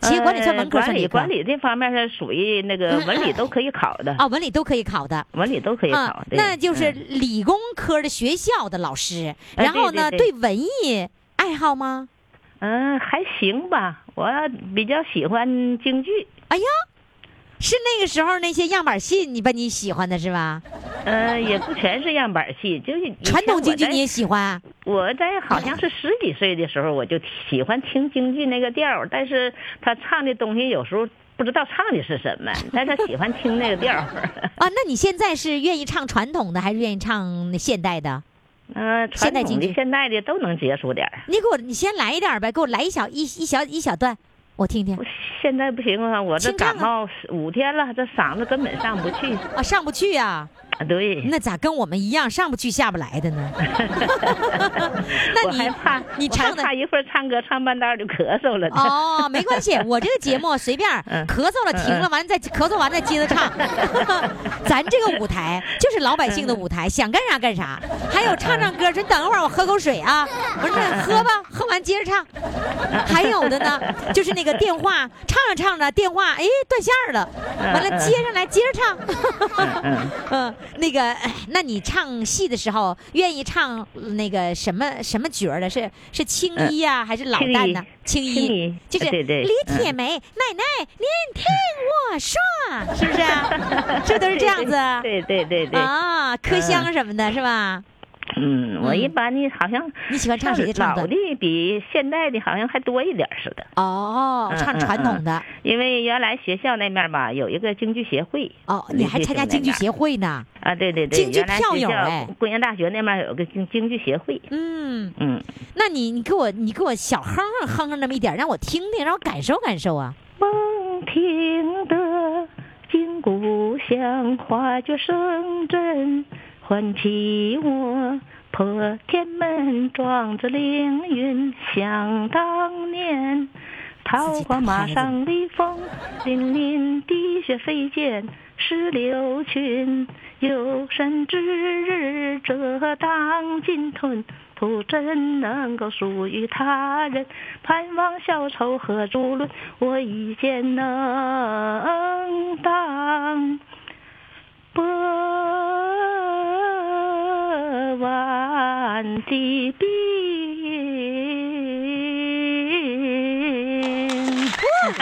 B: 企业管理算文科
J: 呃
B: 算
J: 管
B: 理
J: 理
B: 科
J: 管理这方面是属于那个
B: 嗯
J: 文理都可以考的，
B: 啊，文理都可以考的。
J: 文理都可以考
B: 啊，。
J: 对
B: 那就是
J: 嗯
B: 理工科的学校的老师，
J: 哎
B: 然
J: 对
B: 后
J: 对
B: 呢，
J: 对
B: 对文艺爱好吗？
J: 嗯，还行吧。我比较喜欢京剧，
B: 哎呀，是那个时候那些样板戏，你吧你喜欢的是吧？
J: 嗯，也不全是样板戏，就是以前
B: 传统
J: 我
B: 京剧
J: 在
B: 你也喜欢啊？
J: 我在好像是十几岁的时候，我就喜欢听京剧那个调儿，但是他唱的东西有时候不知道唱的是
B: (laughs)
J: 什么，但是喜欢听那个调儿。
B: 啊，那你现在是愿意唱传统的，还是愿意唱那现代的？
J: 嗯、
B: 现
J: 传
B: 代京
J: 统
B: 剧
J: 的、现代的都能接触点儿。
B: 你给我，你先来一点儿呗，给我来一小一一小一小段。我听听
E: 我现在不行啊，我这
B: 清唱啊
E: 感冒五天了，这嗓子根本上不
B: (laughs)
E: 去。
B: 啊，上不去呀、
E: 啊
J: (laughs)
E: 对，
B: 那 (laughs) 咋跟我们一样上不去下不来的
E: (laughs)
B: 呢？那
E: 我
B: 你
E: 还怕，
B: 你
E: 我还
B: 唱的
E: 怕一会儿唱歌唱半道儿就咳嗽了呢。
B: 哦，没
J: (laughs)
B: 关
K: (laughs)
B: 系，我这个节目随便儿
E: 嗯
B: 咳嗽了停了，完了再咳嗽完了接着唱。咱这个舞台就是老百姓的舞台，想干啥干啥。还有唱唱歌，说等一会儿我喝口水啊，我说那喝吧，喝完接着唱。还有的呢，就是那个电话唱着唱着电话，哎断线儿了，完了接上来接着唱。 (laughs) 嗯，那个，哎那你唱戏的时候愿意唱那个什么什么角儿的？是是青衣呀、还是老
E: 青
B: 旦
E: 衣
B: 呢？青
E: 青
B: 衣
E: 衣
B: 就是
E: 对对
B: 李
E: 嗯
B: 铁梅、奶奶，您听我说， (laughs) 是不是 (laughs) 啊？是不是都是这样子啊？
E: 对对对对，
B: 啊，磕香什么的，是吧？
E: 嗯，我一
B: 嗯
E: 般呢好像
B: 你喜欢唱谁的唱
E: 老
B: 的？
E: 的比现代的好像还多一点儿似的。
B: 哦，
E: 嗯
B: 唱
E: 嗯
B: 传统的。
E: 因为原来学校那面儿吧有一个京剧协会
B: 哦，你还参加京剧协
E: 会
B: 会呢？
E: 啊？对对对，
B: 京剧
E: 原来
B: 票
E: 学
B: 友
E: 校
B: 哎
E: 工业大学那面儿有个京京剧协会，
B: 嗯，
E: 嗯，
B: 那你你给我你给我小哼哼哼哼那么一点儿，让我听听，让我感受感受啊。
E: 梦听得金鼓响，花角声
K: (laughs)
E: 震，唤起我破天门庄子凌云。想当年，桃花马上的风，粼粼滴血飞溅石榴裙。有生之日，这当金吞。徒真能够属于他人，盼望小丑和朱伦，我一见能当博万的兵。我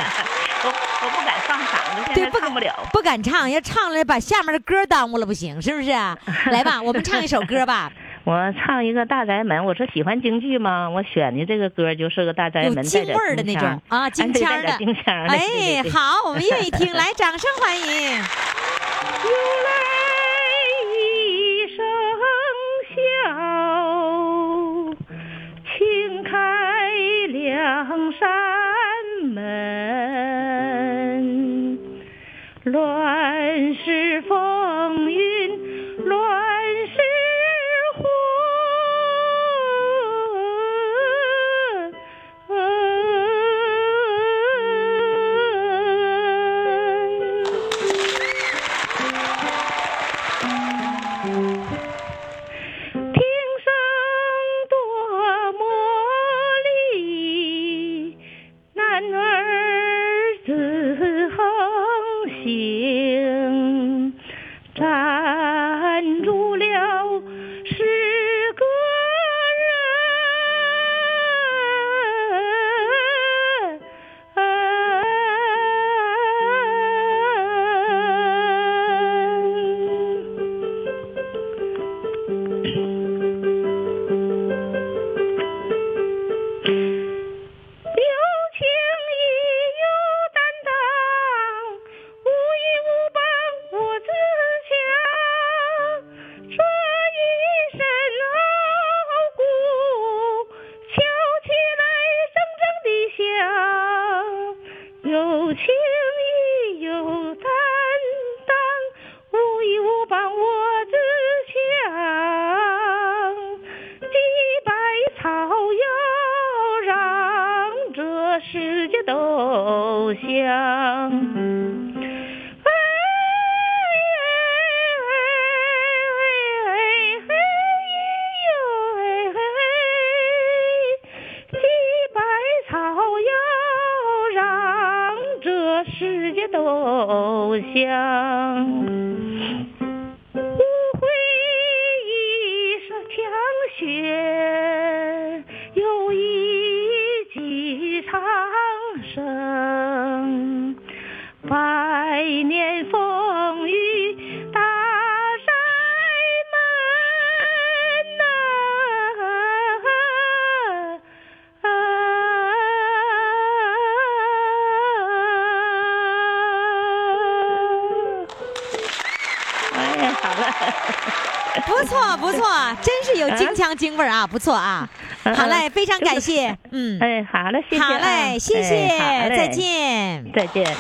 E: 我不敢放嗓子，
B: 对
E: 现在
B: 不
E: 唱不了。
B: 不敢哎唱，要唱了把下面的歌耽误了不行，是不是啊？来吧，我们唱一首歌吧。
E: 我唱一个大宅门，我说喜欢京剧吗？我选的这个歌就是个大宅
B: 有
E: 门，
B: 京
E: 带点
B: 味儿的那种啊，京
E: 腔
B: 腔
E: 儿
B: 儿
E: 哎对带
B: 的，
E: 点京腔儿的，对
B: 哎，
E: 对对
B: 好，我们愿意
E: (laughs)
B: 听，来，掌声欢迎。
E: 如来一声笑，轻开两扇门。乱世风云，乱世祸。听声多么丽，男儿自横行，站住了是个人。有情义，有担当，无依无傍，我自强。这一身傲骨，敲起来铮铮地响。有情义，有担当，无依无傍，我自强。几百草要让这世界都香。哎哎哎哎哎呦哎嘿几百草要让这世界都香。哎无悔一身强雪，有一技长生，百年风雨大山门呐、啊。哎呀，好了。 (laughs)
B: 不错不错，真是有京腔京味儿啊，不错啊。
E: 嗯
B: 好嘞，非常
E: 就是
B: 感谢，嗯，
E: 哎，好了，谢谢啊，
B: 好嘞，谢谢，
E: 哎好嘞
B: 再，见。
E: 再见。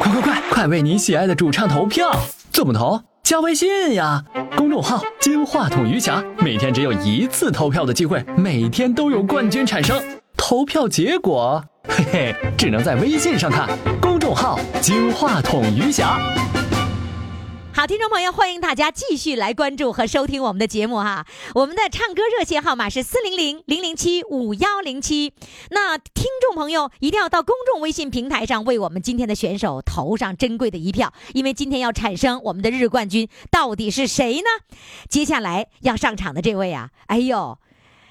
F: 快快快，快为你喜爱的主唱投票！怎么投？加微信呀，公众号“金话筒余霞”，每天只有一次投票的机会，每天都有冠军产生。投票结果，嘿嘿，只能在微信上看。公众号“金话筒余霞”。
B: 好，听众朋友，欢迎大家继续来关注和收听我们的节目哈。我们的唱歌热线号码是四零零零零七五幺零七。那听众朋友一定要到公众微信平台上为我们今天的选手投上珍贵的一票，因为今天要产生我们的日冠军到底是谁呢？接下来要上场的这位啊，哎呦，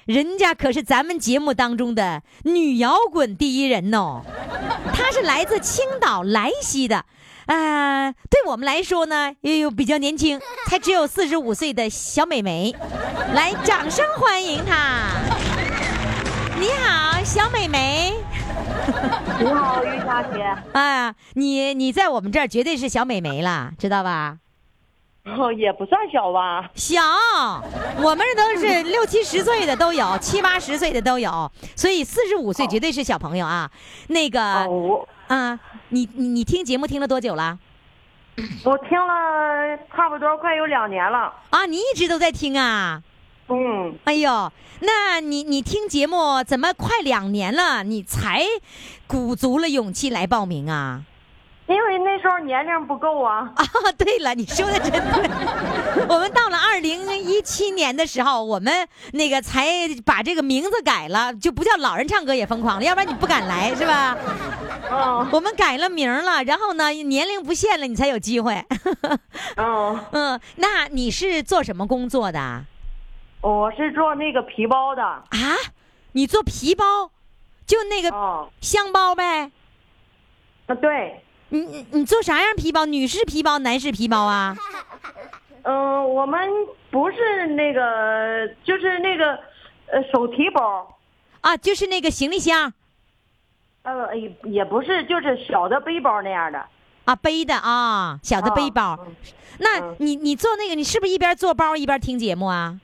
B: 人家可是咱们节目当中的女摇滚第一人哦。他是来自青岛莱西的，呃，对我们来说呢，又有比较年轻，才只有四十五岁的小美眉，来，掌声欢迎她。你好，小美眉。
K: (laughs) 你好，于佳姐。
B: 啊，你你在我们这儿绝对是小美眉了，知道吧？
K: 哦，也不算小吧？
B: 小，我们这都
K: 嗯
B: 是六七十岁的都有，七八十岁的都有，所以四十五岁绝对是小朋友啊。那个
K: 哦，我
B: 啊，你你你听节目听了多久了？
K: 我听了差不多快有两年了。
B: 啊，你一直都在听啊？
K: 嗯，
B: 哎呦，那你你听节目怎么快两年了，你才鼓足了勇气来报名啊？ (laughs)
K: 因为那时候年龄不够啊。
B: 啊，对了，你说的真对。 (laughs) 我们到了二零一七年的时候，我们那个才把这个名字改了，就不叫老人唱歌也疯狂了，要不然你不敢来是吧？
K: 嗯
E: 哦
B: 我们改了名了，然后呢，年龄不限了，你才有机会。 (laughs)
K: 嗯，
B: 嗯，那你是做什么工作的啊？
K: 我是做那个皮包的。
B: 啊，你做皮包，就那个
K: 哦，
B: 箱包呗。
K: 啊对，
B: 你你你做啥样皮包？女士皮包，男士皮包
K: (laughs)
B: 啊？
K: 嗯、我们不是那个，就是那个，呃，手提包，
B: 啊，就是那个行李箱
K: 呃，也也不是，就是小的背包那样的。
B: 啊，背的啊，小的
K: 啊
B: 背包。
K: 嗯
B: 那
K: 嗯
B: 你你做那个，你是不是一边做包一边听节目啊？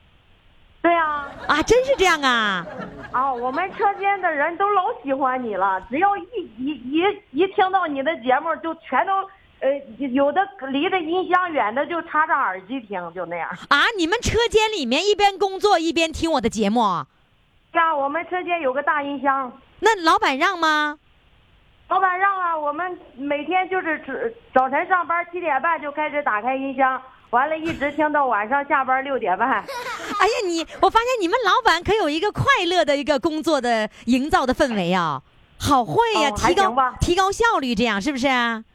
K: 对啊，
B: 啊，真是这样啊！
K: 啊，我们车间的人都老喜欢你了，只要一一一一听到你的节目，就全都呃，有的离着音箱远的就插上耳机听，就那样。
B: 啊，你们车间里面一边工作一边听我的节目，
K: 呀，我们车间有个大音箱，
B: 那老板让吗？
K: 老板让啊，我们每天就是只早晨上班七点半就开始打开音箱，完了，一直听到晚上下班六点半。
B: 哎呀，你我发现你们老板可有一个快乐的一个工作的营造的氛围啊，好会呀、
K: 哦还
B: 提高
K: 行吧
B: 提高效率，这样是不是啊？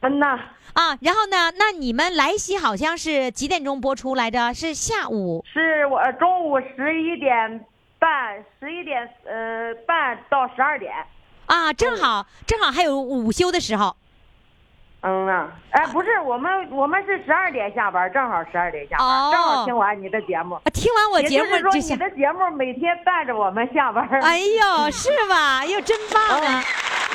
K: 嗯呐，
B: 啊，然后呢？那你们莱西好像是几点钟播出来着？是下午
K: 是我中午十一点半，十一点呃半到十二点。
B: 啊，正好正好还有午休的时候
K: 嗯呐、哎，不是，我们我们是十二点下班，正好十二点下班，
B: 哦
K: 正好听完你的节目。
B: 啊。听完我
K: 也
B: 节
K: 就
B: 目
K: 是说，
B: 就
K: 你
B: 想，
K: 的节目每天伴着我们下班。
B: 哎呦，是吧？哟，真棒
K: 哦
B: 啊！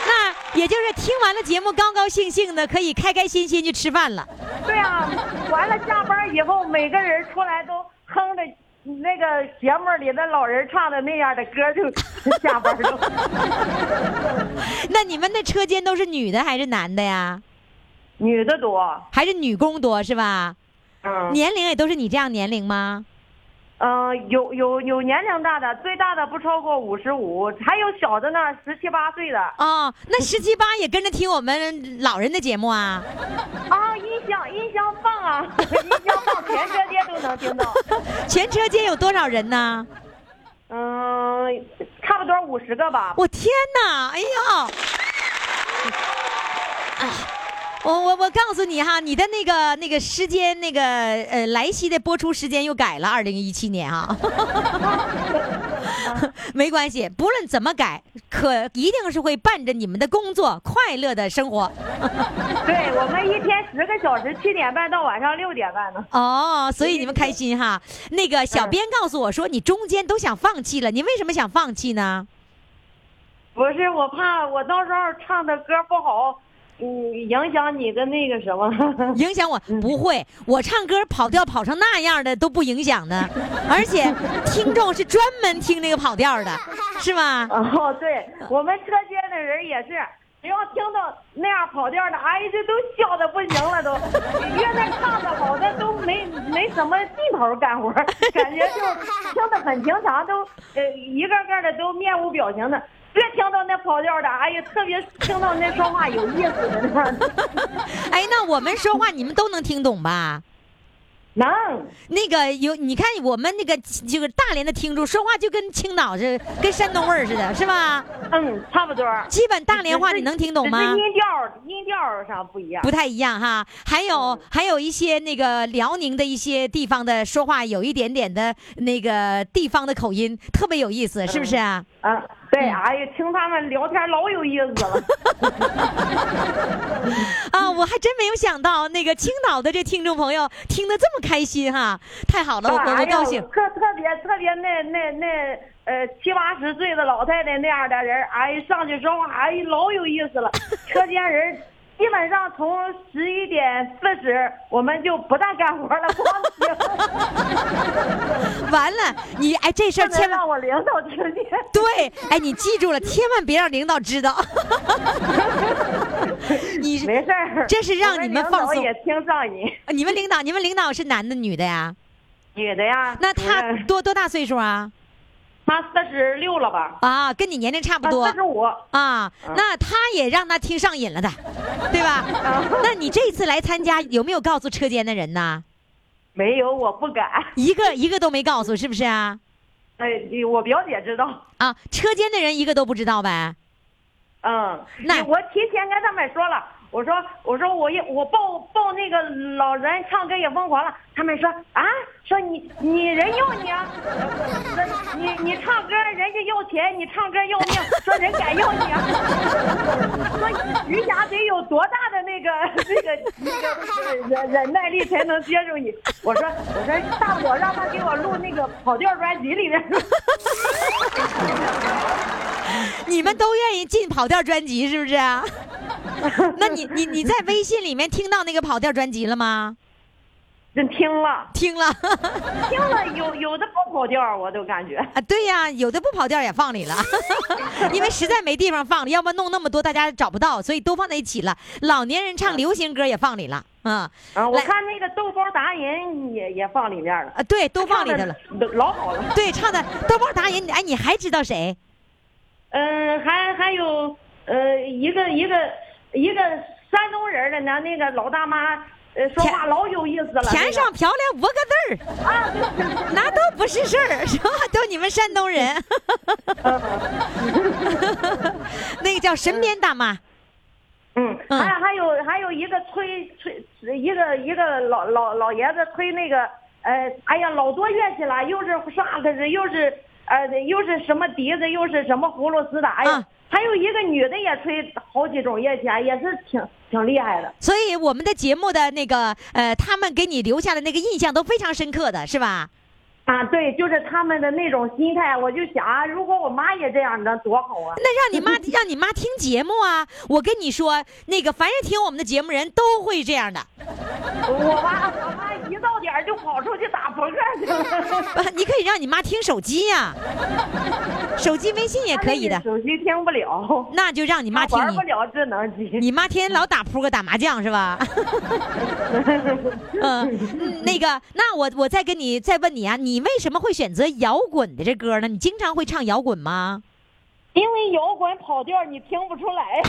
B: 那也就是听完了节目，高高兴兴的，可以开开心心去吃饭了。
K: 对啊，完了下班以后，每个人出来都哼着那个节目里的老人唱的那样的歌就
B: (laughs)
K: 下班了。
B: 那你们那车间都是女的还是男的呀？
K: 女的多，
B: 还是女工多是吧？
K: 嗯
B: 年龄也都是你这样年龄吗？
K: 嗯、呃有有有年龄大的，最大的不超过五十五，还有小的呢，十七八岁的
B: 哦，那十七八也跟着听我们老人的节目 (laughs) 啊？
K: 啊，音箱音箱放啊，音箱放，全车间都能听到。
B: 全车间有多少人呢？
K: 嗯，差不多五十
B: (laughs)
K: 个吧。
B: 我天哪！哎呦，哎，我我我告诉你哈，你的那个那个时间，那个呃莱西的播出时间又改了，二零一七年哈。 (laughs) 没关系，不论怎么改，可一定是会伴着你们的工作快乐的生活
K: 对我们一天十个小时，七点半到晚上六点半呢。
B: 哦。所以你们开心哈。那个小编告诉我说，你中间都想放弃了，你为什么想放弃呢？
K: 不是，我怕我到时候唱的歌不好，嗯影响你的那个什么？
B: 影响我不会，我唱歌跑调跑成那样的都不影响的，而且听众是专门听这个跑调的，是吗？
K: (laughs) 哦，对我们车间的人也是，只要听到那样跑调的，哎呀，这都笑的不行了，都越那唱的好的都没没什么劲头干活，感觉就听得很平常，都呃一个个的都面无表情的。越听到那跑调的，哎呀，特别听到那说话有意思的那样的，
B: (laughs) 哎，那我们说话你们都能听懂吧？
K: (laughs) 能。
B: 那个有，你看我们那个这个大连的听众说话就跟青岛似的，跟山东味儿似的，是吧？
K: 嗯，差不多。
B: 基本大连话你能听懂
K: 只
B: 吗
K: 是？音调音调上不一样。
B: 不太一样哈，还有、
K: 嗯
B: 还有一些那个辽宁的一些地方的说话有一点点的那个地方的口音，特别有意思，是不是啊？
K: 啊，对，哎呀，听他们聊天老有意思了。
B: 啊，
K: 嗯
B: 我还真没有想到那个青岛的这听众朋友听得这么开心哈，太好了，我我
K: 哎
B: 我
K: 呀
B: 高兴。
K: 特特别特别那那那呃七八十岁的老太太那样的人，哎，上去说话，哎，老有意
B: (laughs)
K: 思了。车间人基本上从十一点四十，我们就不大干活了，光
B: (laughs) 完了，你哎这事儿千万
K: 让我领导听见。
B: 对，哎你记住了，千万别让领导知道。 (laughs) 你
K: 没事儿
B: 这是让
K: 我
B: 你
K: 们
B: 们放
K: 领导
B: 松。
K: 也听上你。
B: 你们领导，你们领导是男的女的呀？
K: 女的呀。
B: 那他
K: 嗯
B: 多多大岁数啊？
K: 他四十六了吧？
B: 啊，跟你年龄差不多，
K: 啊45
B: 啊。那他也让他听上瘾了的，对吧？那你这次来参加，有没有告诉车间的人呢？
K: 没有，我不敢。
B: 一个一个都没告诉，是不是啊？
K: 哎，我表姐知道。
B: 啊，车间的人一个都不知道呗？
K: 嗯，那我提前跟他们说了，我说我说我也我报报那个老人唱歌也疯狂了，他们说啊，说你你人要你啊，呃说你你唱歌人家要钱，你唱歌要命，说人敢要你啊， (laughs) 说余霞得有多大的那个 (laughs) 那个那个忍忍耐力才能接受你？我说我说大不了让他给我录那个跑调专辑里面。
B: 你们都愿意进跑调专辑，是不是啊？那你你你在微信里面听到那个跑调专辑了吗？
K: (laughs) 真听了，
B: 听了，
K: 听了有有的不跑调，我都感觉。
B: 啊，对呀，有的不跑调也放里了， (laughs) 因为实在没地方放了，要不弄那么多大家找不到，所以都放在一起了。老年人唱流行歌也放里了，嗯，
K: 啊，我
B: 来
K: 看那个豆包达人也也放里面了，
B: 啊，对，都放里头了，
K: 唱得老好了。
B: 对，唱的豆包达人，哎，你还知道谁？
K: 嗯，还还有呃一个一个一个山东人的呢，那个老大妈，呃，说话老有意思了。
B: 填上漂亮五个字儿，
K: 啊，
B: 那都不是事儿，什么都你们山东人，那个叫神鞭大妈，
K: 嗯，还还有还有一个吹吹一个一个老老老爷子吹那个呃，哎呀，老多乐器了，又是萨克斯，又是呃，又是什么笛子，又是什么葫芦丝的，哎呀，
B: 啊
K: 还有一个女的也吹好几种乐器，啊，也是挺挺厉害的。
B: 所以我们的节目的那个呃，他们给你留下的那个印象都非常深刻的是吧？
K: 啊，对，就是他们的那种心态，我就想啊，如果我妈也这样，那多好
B: (laughs)
K: 啊！
B: 那让你妈让你妈听节目啊！我跟你说，那个凡是听我们的节目人都会这样的。
K: 我妈我妈一到点儿就跑出去打扑克去了，
B: 你可以让你妈听手机呀、手机微信也可以的。
K: (laughs) 手机听不了，
B: 那就让你妈听
K: 玩
B: 你
K: 不。了智能机。 (laughs)
B: 你妈天天老打扑克、打麻将是吧？嗯，那个，那我我再跟你再问你啊，你为什么会选择摇滚的这歌呢？你经常会唱摇滚吗？
K: 因为摇滚跑调你听不出
B: (laughs)
K: 来，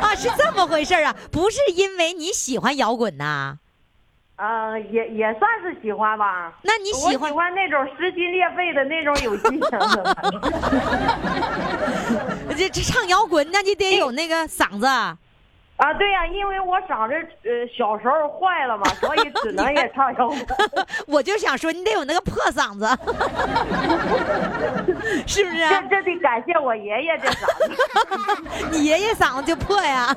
B: 啊，是这么回事儿啊，不是因为你喜欢摇滚呐、
K: 啊，也也算是喜欢吧。
B: 那你
K: 喜欢喜欢那种撕心裂肺的那种有激情的？
B: 这这唱摇滚，那你得有那个嗓子 (laughs) 啊。
K: (laughs) 啊，对呀、因为我嗓子呃小时候坏了嘛，所以只能也唱
B: (laughs)
K: 摇滚。
B: 我就想说，你得有那个破嗓子， (laughs) 是不是、啊？
K: 这这得感谢我爷爷这嗓子。
B: 你爷爷嗓子就破呀？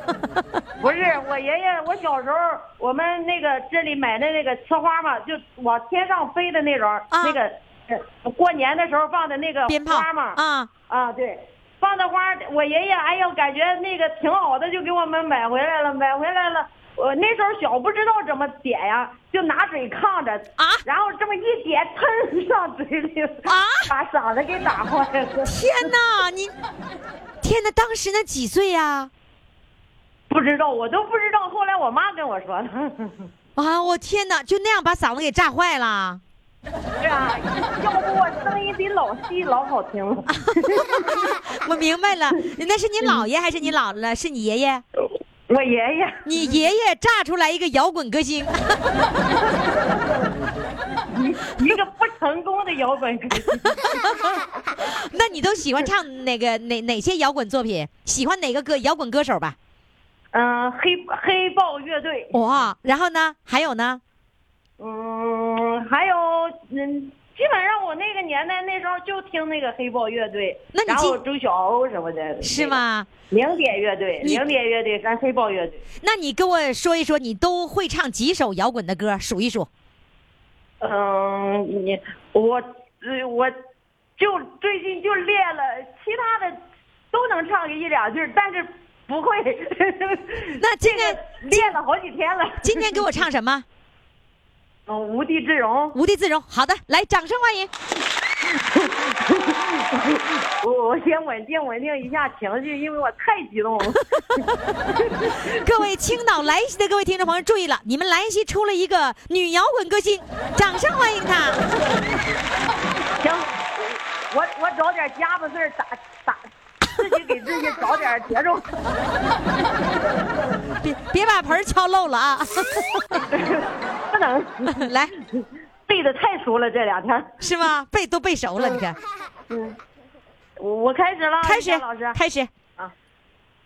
K: 不是我爷爷，我小时候我们那个这里买的那个呲花嘛，就往天上飞的那种，那个、呃过年的时候放的那个
B: 啊鞭炮
K: 花嘛，
B: 啊
K: 啊对，放的花，我爷爷哎呦感觉那个挺好的，就给我们买回来了，买回来了。我那时候小不知道怎么点呀，就拿嘴炕着啊，然后这么一点，噌 (laughs) 上嘴里啊，把嗓子给打坏了。 (laughs)
B: 天哪，你天哪，当时那几岁呀、
K: 不知道，我都不知道。后来我妈跟我说的。
B: 啊，我天哪，就那样把嗓子给炸坏了。 (laughs)
K: 是啊，要不我声音得老细老好听
B: (laughs)
K: 了。
B: 我明白了，那是你姥爷还是你姥姥？是你爷爷？
K: 我爷爷。
B: 你爷爷炸出来一个摇滚歌星， (laughs)
K: 一个不成功的摇滚歌星。
B: 那你都喜欢唱哪个哪哪些摇滚作品？喜欢哪个歌摇滚歌手吧？
K: 嗯、黑黑豹乐队。
B: 哇，然后呢？还有呢？
K: 嗯，还有嗯，基本上我那个年代那时候就听那个黑豹乐队，
B: 那你
K: 然后
B: 记
K: 周晓鸥什么的，
B: 是？吗？
K: 零点乐队，
B: 你
K: 零点乐队跟黑豹乐队，
B: 那你跟我说一说，你都会唱几首摇滚的歌？数一数。
K: 嗯，你我呃我就最近就练了，其他的都能唱个一两句，但是不会。
B: (laughs) 那今天
K: 练了好几天了，
B: 今天给我唱什么？
K: 哦，无地自容。
B: 无地自容。好的，来，掌声欢迎。
K: 我我先稳定稳定一下情绪，因为我太激动了。 (laughs)
B: 各位青岛莱西的各位听众朋友注意了，你们莱西出了一个女摇滚歌星，掌声欢迎她。
K: 行，我我找点家伙事儿打打，自己给自己找点节
B: (laughs)
K: 奏。
B: 别别把盆儿敲漏了啊！
K: 不能，
B: 来，
K: 背的太熟了，这两天
B: 是吗？背都背熟了，你看。
K: 嗯，我我开始了，
B: 开始
K: 李佳老师，哦
B: 开始。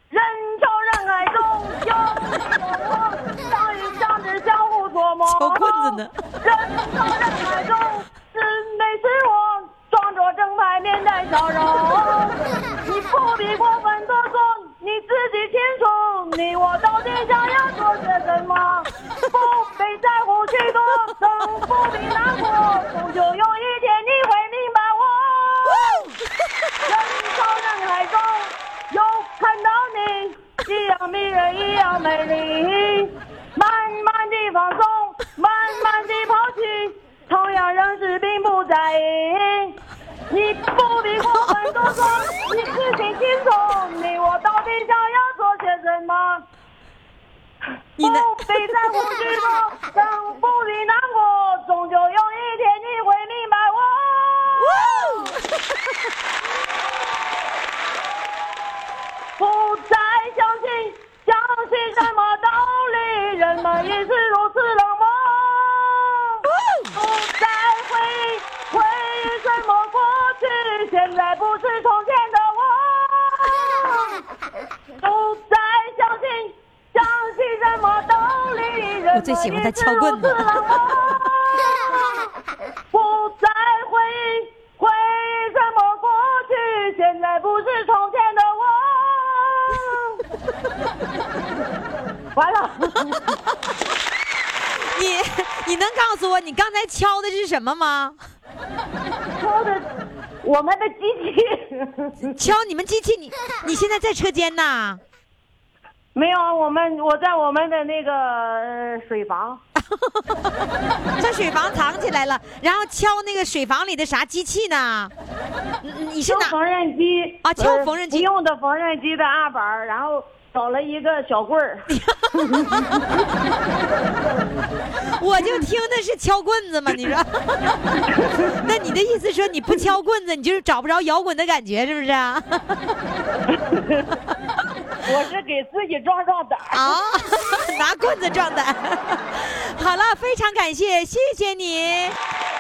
K: 人潮人海中有所望，相遇相知相互
B: (laughs)
K: 琢磨。
B: 敲棍子呢？
K: 人潮人海中，是美是我，装作正派面带笑容。你不必过分多说，你自己清楚，你我到底想要做些什么？不必在乎许多，更不必难过，终究有一天你会明白我。人潮人海中，又看到你，一样迷人，一样美丽。慢慢地放松，慢慢地抛弃，同样仍是并不在意。你不必过分多说，你自己清楚，你我到底想要做些什么。
B: 你呢
K: 不必在乎许多，更不必难过，终究有一天你会明白我。
B: 哦
K: 不再相信，相信什么道理？人们也是如此冷漠。不再回忆，回忆什么过去？现在不是从前的我。不再相信，相信什么道理？人
B: 我最喜欢他敲棍子
K: 们也是如此冷漠。 (laughs) 不再回忆，回忆什么过去？现在不是从前的我。完了，
B: 你你能告诉我你刚才敲的是什么吗？
K: 敲的我们的机器。
B: 敲你们机器，你你现在在车间呐？
K: 没有，我们我在我们的那个呃水房，
B: 在水房藏起来了，然后敲那个水房里的啥机器呢？你你是
K: 敲
B: 哪
K: 缝？纫机
B: 啊敲
K: 呃
B: 缝纫机
K: 不用的缝纫机的案板儿，然后找了一个小
B: (laughs)
K: 棍儿，
B: (laughs) 我就听的是敲棍子嘛，你说？那你的意思说你不敲棍子，你就是找不着摇滚的感觉，是不是啊？
K: 我是给自己壮壮胆儿。
B: 啊， (laughs) 拿棍子撞的。 (laughs) 好了，非常感谢，谢谢你，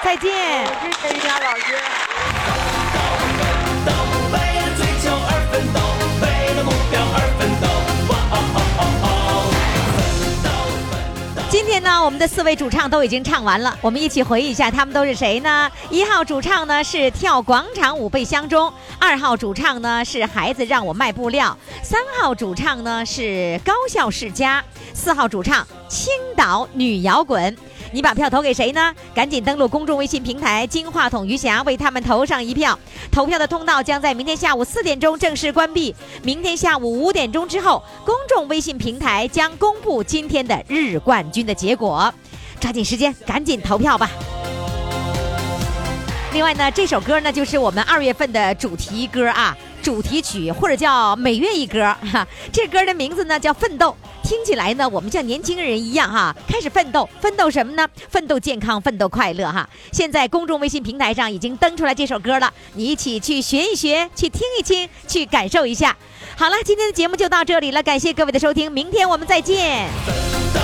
B: 再见。
K: 哦谢谢于佳老师。
A: 为了追求而奋斗，为了目标而奋斗。哇哦哦哦哦！
B: 今天呢，我们的四位主唱都已经唱完了，我们一起回忆一下他们都是谁呢？一号主唱呢是跳广场舞被相中，二号主唱呢是孩子让我卖布料，三号主唱呢是高校世家，四号主唱青岛女摇滚。你把票投给谁呢？赶紧登录公众微信平台“金话筒余霞”，为他们投上一票。投票的通道将在明天下午四点钟正式关闭。明天下午五点钟之后，公众微信平台将公布今天的日冠军的结果。抓紧时间，赶紧投票吧！另外呢，这首歌呢就是我们二月份的主题歌啊，主题曲或者叫每月一歌 (laughs) 哈、这歌的名字呢叫《奋斗》，听起来呢我们像年轻人一样哈，开始奋斗，奋斗什么呢？奋斗健康，奋斗快乐哈！现在公众微信平台上已经登出来这首歌了，你一起去学一学，去听一听，去感受一下。好了，今天的节目就到这里了，感谢各位的收听，明天我们再见。
A: 奋斗。